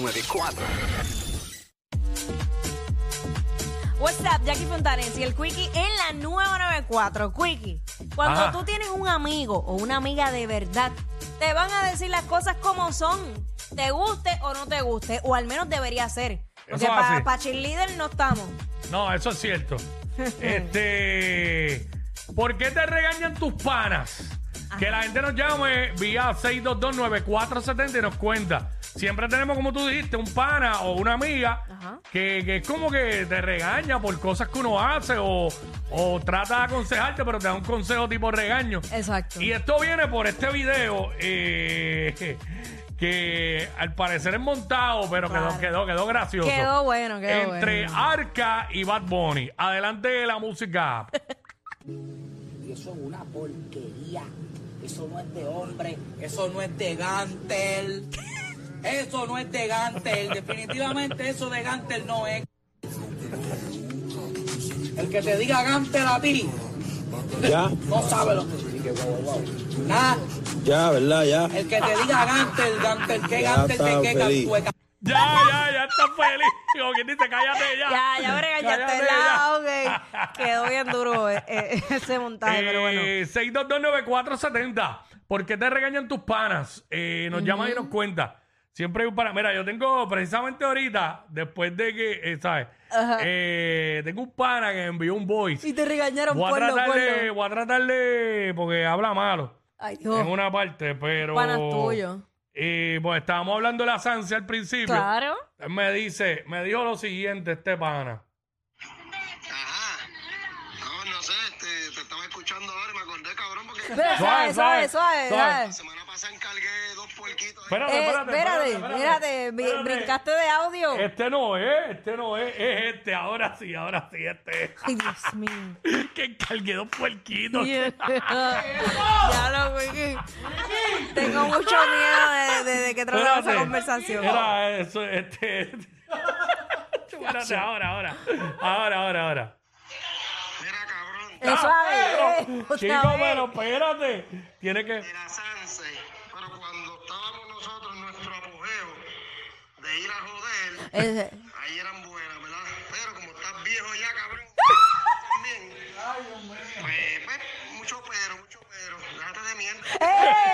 994. WhatsApp, Jackie Fontanes y el Quickie en la 994. Quickie, cuando Ajá. tú tienes un amigo o una amiga de verdad, te van a decir las cosas como son, te guste o no te guste, o al menos debería ser. Porque Eso es para así. cheerleader no estamos. No, eso es cierto. este. ¿Por qué te regañan tus panas? Que la gente nos llame vía 6229470 y nos cuenta. Siempre tenemos, como tú dijiste, un pana o una amiga Ajá. que, que es como que te regaña por cosas que uno hace o, o trata de aconsejarte, pero te da un consejo tipo regaño. Exacto. Y esto viene por este video eh, que al parecer es montado, pero Claro. quedó, quedó, quedó gracioso. Quedó bueno, quedó Entre ¡Ah, bueno. Arca y Bad Bunny. Adelante la música. Y eso es una porquería. Eso no es de hombre. Eso no es de Gantel. Eso no es de Gantel. Definitivamente eso de Gantel no es. El que te diga Gantel a ti Ya, no sabe lo que Nada. ya, ¿verdad? Ya. El que te diga Gantel, Gantel, que Ya Gantel, que está qué feliz. cantueca. ya, ya, ya está feliz. Digo, ¿quién dice? Cállate ya. Ya, ya me regañaste Cállate la, ya. ok. Quedó bien duro eh, eh, ese montaje, pero bueno. Eh, 6229470. ¿Por qué te regañan tus panas? Eh, nos llaman y nos cuenta. Siempre hay un pana. Mira, yo tengo precisamente ahorita, después de que, eh, ¿sabes? Eh, tengo un pana que me envió un voice. Y te regañaron Voy a, por lo tratarle, voy a tratarle porque habla malo Ay, Dios. en una parte, pero. Panas tuyo. Y pues estábamos hablando de la Sanse al principio. Claro. Él me dice, me dijo lo siguiente este pana. Ajá. No, no sé, este, te, te estaba escuchando ahora y me acordé, cabrón, porque la Espera, suave, suave, Suave, suave, suave. suave. suave. semana pasada encargué dos puerquitos. ahí. Espérate, Eh, espérate, espérate, espérate, bri- espérate. brincaste de audio. Este no es, este no es, es este, ahora sí, ahora sí, este es. Ay, Dios mío. que encargué dos puerquitos. ya lo Wiki. Tengo mucho miedo de, de- de que traiga esa Espérate. conversación. Era eso, este. espérate, ahora, ahora. Ahora, ahora, ahora. Mira, cabrón, Eh, suave, eh, otra Chico, vez. pero espérate. Tiene que. de la Sanse, pero cuando estábamos nosotros en nuestro apogeo de ir a joder, Eh, ahí eran buenas, ¿verdad? Pero como estás viejo ya, cabrón, también. Pues, pues, mucho pero, mucho pero. Déjate de mierda. eh.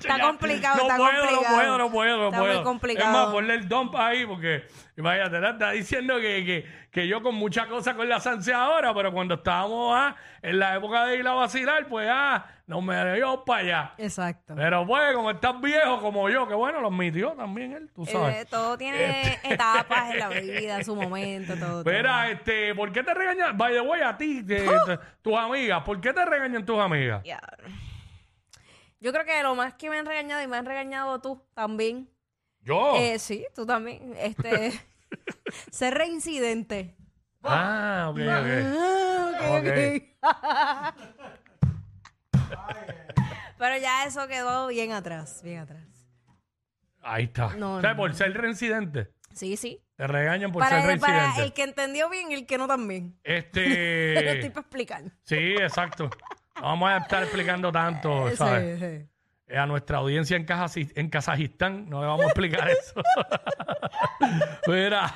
Está Ya, complicado, no está puedo, complicado. No puedo, no puedo, no está puedo. muy complicado. Es más, ponle el dump ahí porque, imagínate, la está diciendo que, que, que yo con muchas cosas con la Sanse ahora, pero cuando estábamos ah, en la época de ir a vacilar, pues ah, no me dio para allá. Exacto. Pero pues, como estás viejo como yo, que bueno, los mitió también él, tú Eh, sabes. Este. todo tiene etapas en la vida, su momento, todo. todo. Mira, este, ¿por qué te regañan? By the way, a ti, te- te- tus amigas, ¿por qué te regañan tus amigas? Ya. Yo creo que lo más que me han regañado y me han regañado tú también. Yo. Eh, sí, tú también. Este, ser reincidente. Ah, ok, ok. Ah, ok, ok. Pero ya eso quedó bien atrás, bien atrás. Ahí está. No, o sea, no, por ser reincidente. Sí, sí. Te regañan por ser Para, para reincidente. el que entendió bien y el que no también. Lo estoy Este. para explicar. sí, exacto. No Vamos a estar explicando tanto, Sí, Pues, ¿sabes? sí. Eh, A nuestra audiencia en, Kazaji- en Kazajistán no le vamos a explicar eso. Mira,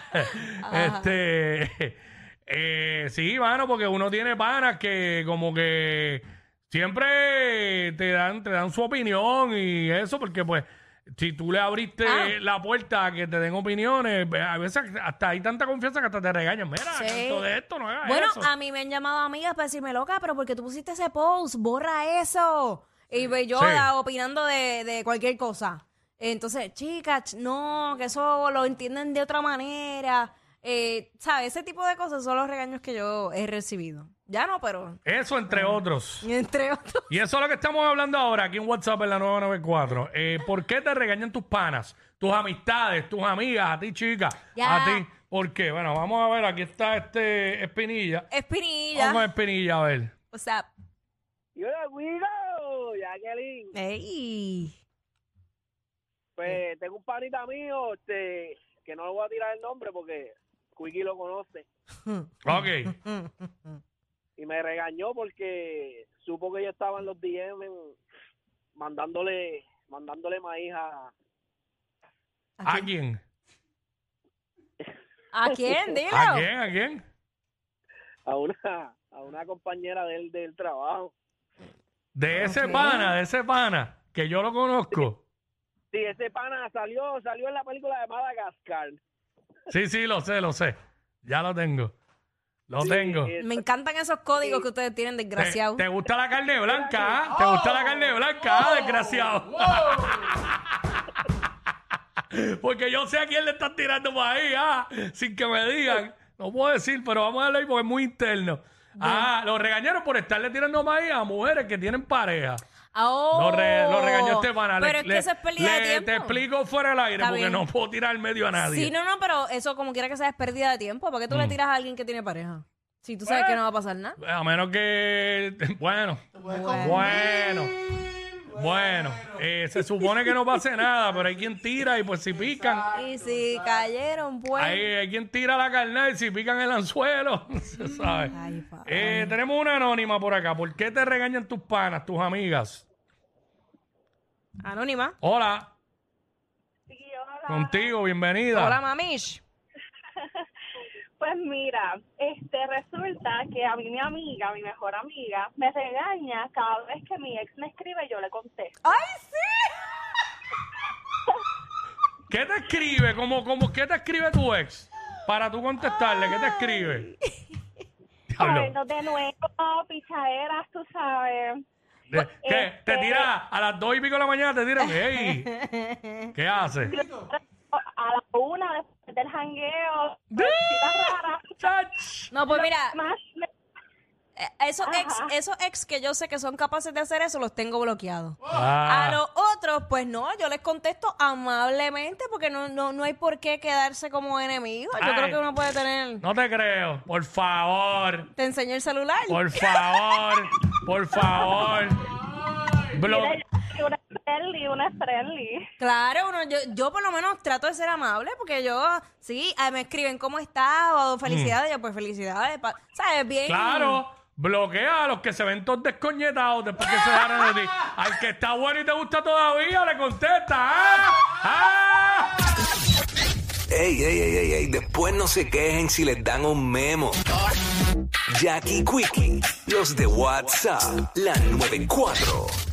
este. eh, sí, mano, porque uno tiene panas que, como que. Siempre te dan, te dan su opinión y eso, porque, pues. Si tú le abriste Ah. la puerta a que te den opiniones, a veces hasta hay tanta confianza que hasta te regañan. Mira, Sí. tanto de esto, no hagas Bueno, Ah, eso. a mí me han llamado amigas para decirme, loca, pero porque tú pusiste ese post, borra eso. Y ve yo Sí. la- opinando de, de cualquier cosa. Entonces, chicas, ch- no, que eso lo entienden de otra manera. Eh, ¿Sabes? Ese tipo de cosas son los regaños que yo he recibido. Ya no, pero Eso Mm. entre otros. entre otros. Y eso es lo que estamos hablando ahora aquí en WhatsApp en la 994. Eh, ¿Por qué te regañan tus panas, tus amistades, tus amigas, a ti chica, Ya. a ti? ¿Por qué? Bueno, vamos a ver, aquí está este Espinilla. Espinilla. Vamos a Espinilla, a ver. O sea, Yo la cuido, Jacqueline. ey. Pues tengo un panita mío, este, que no le voy a tirar el nombre porque Quickie lo conoce. Ok. Y me regañó porque supo que yo estaba en los DM en- mandándole, mandándole maíz a, ¿A quién? ¿A quién? Dilo. ¿A quién? ¿A quién? a una, a una compañera del, del trabajo. De ese Ok. pana, de ese pana, que yo lo conozco. Sí, ese pana salió, salió en la película de Madagascar. Sí, sí, lo sé, lo sé. Ya lo tengo. Lo tengo. eh, Me encantan esos códigos que ustedes tienen, ¿Te, desgraciado. te gusta la carne blanca? ah? ¿Te gusta la carne blanca, ah, desgraciado? Porque yo sé a quién le están tirando por ahí, ah, sin que me digan. No puedo decir, pero vamos a darle ahí porque es muy interno. Ah, lo regañaron por estarle tirando maíz a mujeres que tienen pareja. Ah, oh. Lo, re- lo regañó este pana. Le- Pero es le- que eso es pérdida de le- tiempo. Te explico fuera del aire Está porque bien. no puedo tirar en medio a Mm. nadie. Sí, no, no, pero eso como quiera que sea es pérdida de tiempo. ¿Para qué tú le tiras a alguien que tiene pareja? Si tú sabes Pues, que no va a pasar nada. A menos que. Bueno. Bueno. Bueno. Eh, se supone que no pase nada, pero hay quien tira y pues si pican. Y si cayeron, pues... Hay, hay quien tira la carne y si pican el anzuelo. se sabe. Mm. Ay, papá. Eh, tenemos una anónima por acá. ¿Por qué te regañan tus panas, tus amigas? Anónima. Hola. Contigo, bienvenida. Hola, mamish. Pues mira, este resulta que a mí mi amiga, mi mejor amiga, me regaña cada vez que mi ex me escribe yo le contesto. ¡Ay, sí! ¿Qué te escribe? ¿Cómo, cómo, ¿Qué te escribe tu ex? Para tú contestarle, ¿qué te escribe? Diablo. Hablando de nuevo, pichaderas, tú sabes. De- ¿Qué? Te tira a las dos y pico de la mañana, te tira. "Ey, ¿Qué hace? A la una después del jangueo, cositas raras. Ah, Chach. No, pues mira, Más me- eh, esos ex, Ajá. esos ex que yo sé que son capaces de hacer eso, los tengo bloqueados. Ah, A los otros, pues no, yo les contesto amablemente porque no, no, no hay por qué quedarse como enemigos. Yo Ay. creo que uno puede tener... no te creo. Por favor. Te enseño el celular. Por favor. Por favor. Blo- y una friendly, una friendly. Claro, uno, yo, yo por lo menos trato de ser amable porque yo, sí, ah, me escriben cómo estás o felicidades, yo pues felicidades, pa- ¿sabes? Bien. Claro. Bloquea a los que se ven todos descoñetados después que se dejaron de ti. Al que está bueno y te gusta todavía, le contesta. ¡Ah! ¡Ah! Ey, ey, ey, ey, ey, después no se quejen si les dan un memo. Jackie Quickie, los de WhatsApp, la 94.